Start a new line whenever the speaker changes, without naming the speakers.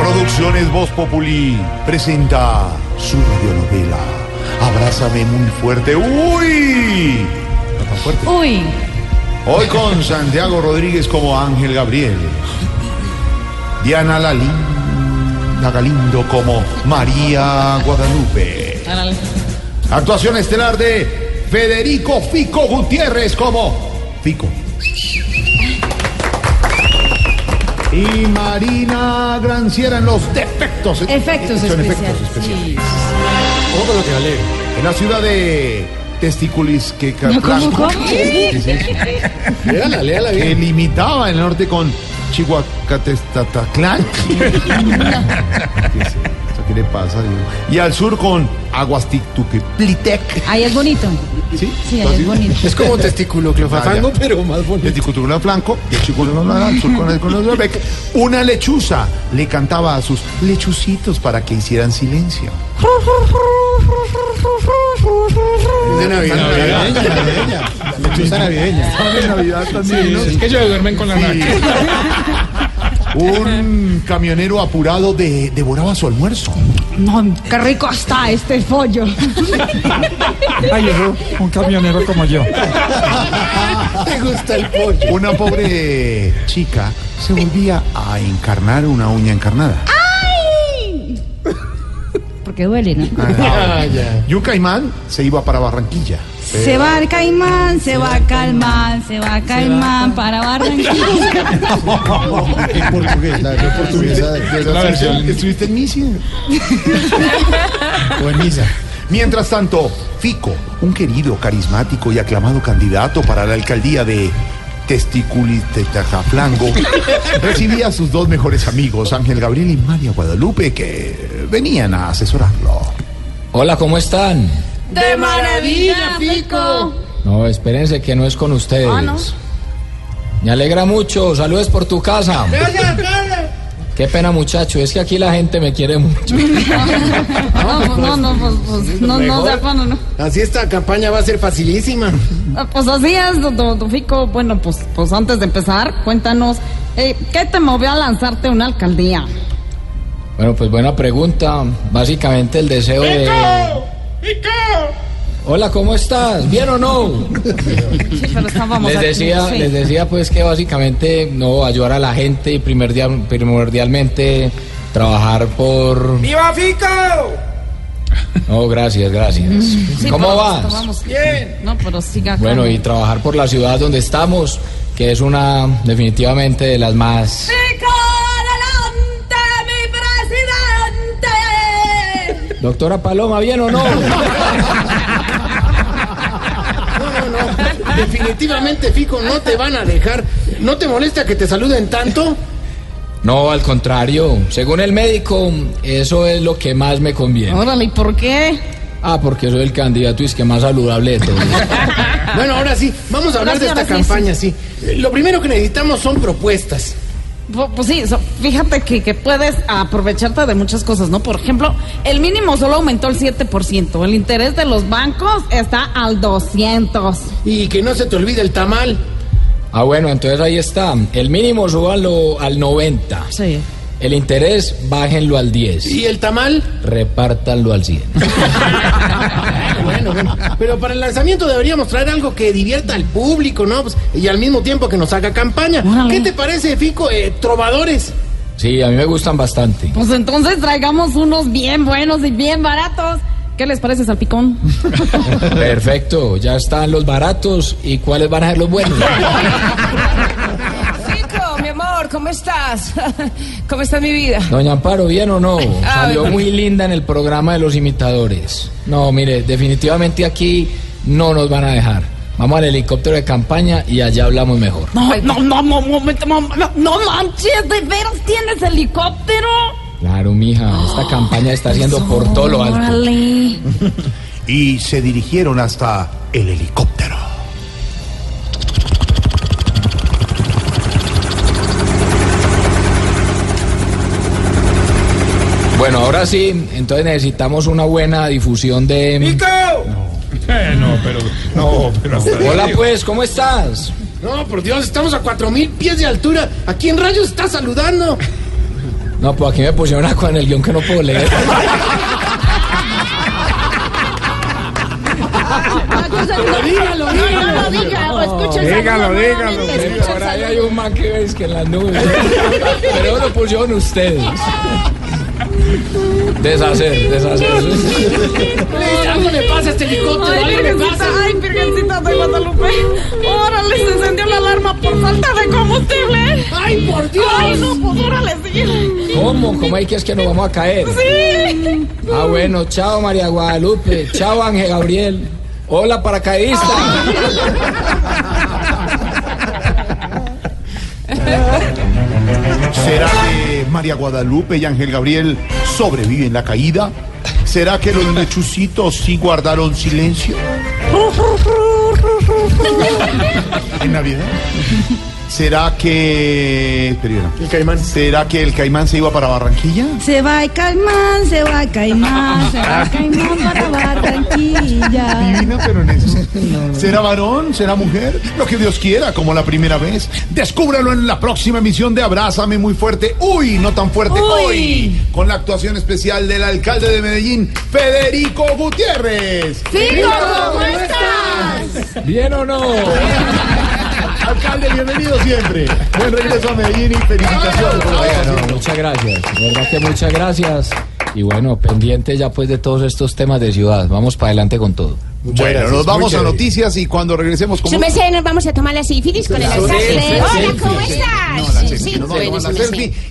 Producciones Voz Populi presenta su radionovela. Abrázame muy fuerte. ¡Uy! No tan fuerte.
Uy,
Hoy con Santiago Rodríguez como Ángel Gabriel. Diana Lalinda Galindo como María Guadalupe.
ándale.
Actuación estelar de Federico Fico Gutiérrez como Fico. Y Marina Granciera en los defectos.
efectos
Son
especiales.
efectos especiales.
Sí.
En la ciudad de Testiculis que
No, ¿Cómo, cómo?
que limitaba el norte con Chihuacatestatatlán. ¿Qué es eso? ¿Qué le pasa? Dios? Y al sur con Aguastictuqueplitec.
Ahí es bonito.
¿Sí?
Sí, ahí es bonito.
Es como un testículo
Ah,
clofafango, pero más bonito.
Testicuturula Blanco, de Chihuahua, al sur con el- con el Uzbek. Una lechuza le cantaba a sus lechucitos para que hicieran silencio.
De Navidad.
Navideña,
Navideña. Lechuza navideña.
Es que ellos duermen con la noche.
Un camionero apurado de- devoraba su almuerzo.
No, qué rico está este pollo.
Ay, eso, un camionero como yo.
Te gusta el pollo.
Una pobre chica se volvía a encarnar una uña encarnada.
Porque duele, ¿no?
Ah, ya.
Y un caimán se iba para Barranquilla.
Se va el caimán, se va a calmar, se va a calmar para Barranquilla.
En portugués, la versión portuguesa de
La versión- Estuviste en misa.
o en misa.
Mientras tanto, Fico, un querido, carismático y aclamado candidato para la alcaldía de Testiculis de Tajaflango, recibía a sus dos mejores amigos, Ángel Gabriel y María Guadalupe, que venían a asesorarlo.
Hola, ¿cómo están?
¡De maravilla, Pico!
No, espérense que no es con ustedes.
Ah, ¿no?
Me alegra mucho. Saludos por tu casa. Qué pena, muchacho. Es que aquí la gente me quiere mucho.
No, pues, no, no, pues, pues, no, no, o sea, bueno, no.
Así esta campaña va a ser facilísima.
Ah, Pues así es, don- don don Fico. Bueno, pues, pues antes de empezar, cuéntanos, eh, ¿qué te movió a lanzarte a una alcaldía?
Bueno, pues buena pregunta. Básicamente el deseo de. Hola, ¿cómo estás? ¿Bien o no?
Sí, pero estábamos
Les
aquí,
decía,
sí.
les decía pues que básicamente no ayudar a la gente y primordial- primordialmente trabajar por.
¡Viva Fico!
No, gracias, gracias.
Mm. Sí,
¿Cómo
pero
vas?
estábamos- No, pero siga acá.
Bueno, y trabajar por la ciudad donde estamos, que es una definitivamente de las más...
¡Pico adelante, mi presidente!
Doctora Paloma, ¿bien o no?
Definitivamente, Fico, no te van a dejar. ¿No te molesta que te saluden tanto?
No, al contrario. Según el médico, eso es lo que más me conviene.
Órale, ¿y por qué?
Ah, porque soy el candidato y es que más saludable de todos.
Bueno, ahora sí, vamos a hablar de esta
Ahora sí, ahora sí,
campaña, sí. Eh, Lo primero que necesitamos son propuestas.
Pu- Pues sí, so- fíjate que, que puedes aprovecharte de muchas cosas, ¿no? Por ejemplo, el mínimo solo aumentó el 7%, el interés de los bancos está al 200.
Y que no se te olvide el tamal.
Ah, bueno, entonces ahí está. El mínimo súbanlo al 90.
Sí.
El interés, bájenlo al 10.
¿Y el tamal? Ah,
Repártanlo al 100.
Bueno, bueno, pero para el lanzamiento deberíamos traer algo que divierta al público, ¿no? Pues, y al mismo tiempo que nos haga campaña.
Órale.
¿Qué te parece, Fico? Eh, trovadores.
Sí, a mí me gustan bastante.
Pues entonces traigamos unos bien buenos y bien baratos. ¿Qué les parece, Salpicón?
Perfecto, ya están los baratos y cuáles van a ser los buenos.
Fico, mi amor, ¿cómo estás? ¿Cómo está mi vida?
Doña Amparo, ¿bien o no?
ah,
Salió
bueno.
muy linda en el programa de los imitadores. No, mire, definitivamente aquí no nos van a dejar. Vamos al helicóptero de campaña y allá hablamos mejor.
No, no, no, no, momento, no, no, no manches, ¿de veras tienes helicóptero?
Claro, mija, esta campaña está haciendo por todo lo alto.
Órale.
Y se dirigieron hasta el helicóptero.
Bueno, ahora sí, entonces necesitamos una buena difusión de...
¡Fico!
Eh, no, pero. No, pero hasta ahí.
Hola pues, ¿cómo estás?
No, por Dios, estamos a 4.000 pies de altura. ¿A quién rayos estás saludando?
No, pues aquí me pusieron agua en el guión que no puedo leer.
Dígalo, dígalo.
No lo diga, o escuchen
Dígalo, dígalo, dígalo.
Por ahí hay un man que veis que en las nubes. Pero lo pusieron ustedes. Deshacer, deshacer.
Please, Algo le pasa a este helicóptero,
Ay,
algo le
virgencita,
pasa.
ay, virgencita de Guadalupe. Órale, se encendió la alarma por falta de combustible.
¡Ay, por Dios!
Ay, no, pues órale, sí.
¿Cómo? ¿Cómo hay que es que nos vamos a caer?
Sí.
Ah, bueno, chao María Guadalupe, chao Ángel Gabriel. Hola paracaidista.
¿Será que María Guadalupe y Ángel Gabriel sobreviven la caída? ¿Será que los lechucitos sí guardaron silencio? ¿En Navidad? ¿Será que... espere, espera.
El caimán.
¿Será que el caimán se iba para Barranquilla?
Se va a Caimán, se va a Caimán, se va a Caimán para Barranquilla.
Divina, pero en eso. ¿Será varón? ¿Será mujer? Lo que Dios quiera, como la primera vez. Descúbralo en la próxima emisión de Abrázame Muy Fuerte. Uy, no tan fuerte.
Uy.
Hoy, con la actuación especial del alcalde de Medellín, Federico Gutiérrez.
Fico, ¿cómo estás?
¿Bien o no?
Alcalde, bienvenido siempre. Buen regreso a Medellín y felicitaciones. por la
Bueno,
ganancia.
muchas gracias. De verdad que muchas gracias. Y bueno, pendiente ya pues de todos estos temas de ciudad. Vamos para adelante con todo.
Bueno, nos vamos a noticias y cuando regresemos como
Su merced, nos vamos a tomar las sífilis con el alcalde. Hola, ¿cómo estás?
No, la selfie, no, no,
bueno,
la
su merced.
selfie.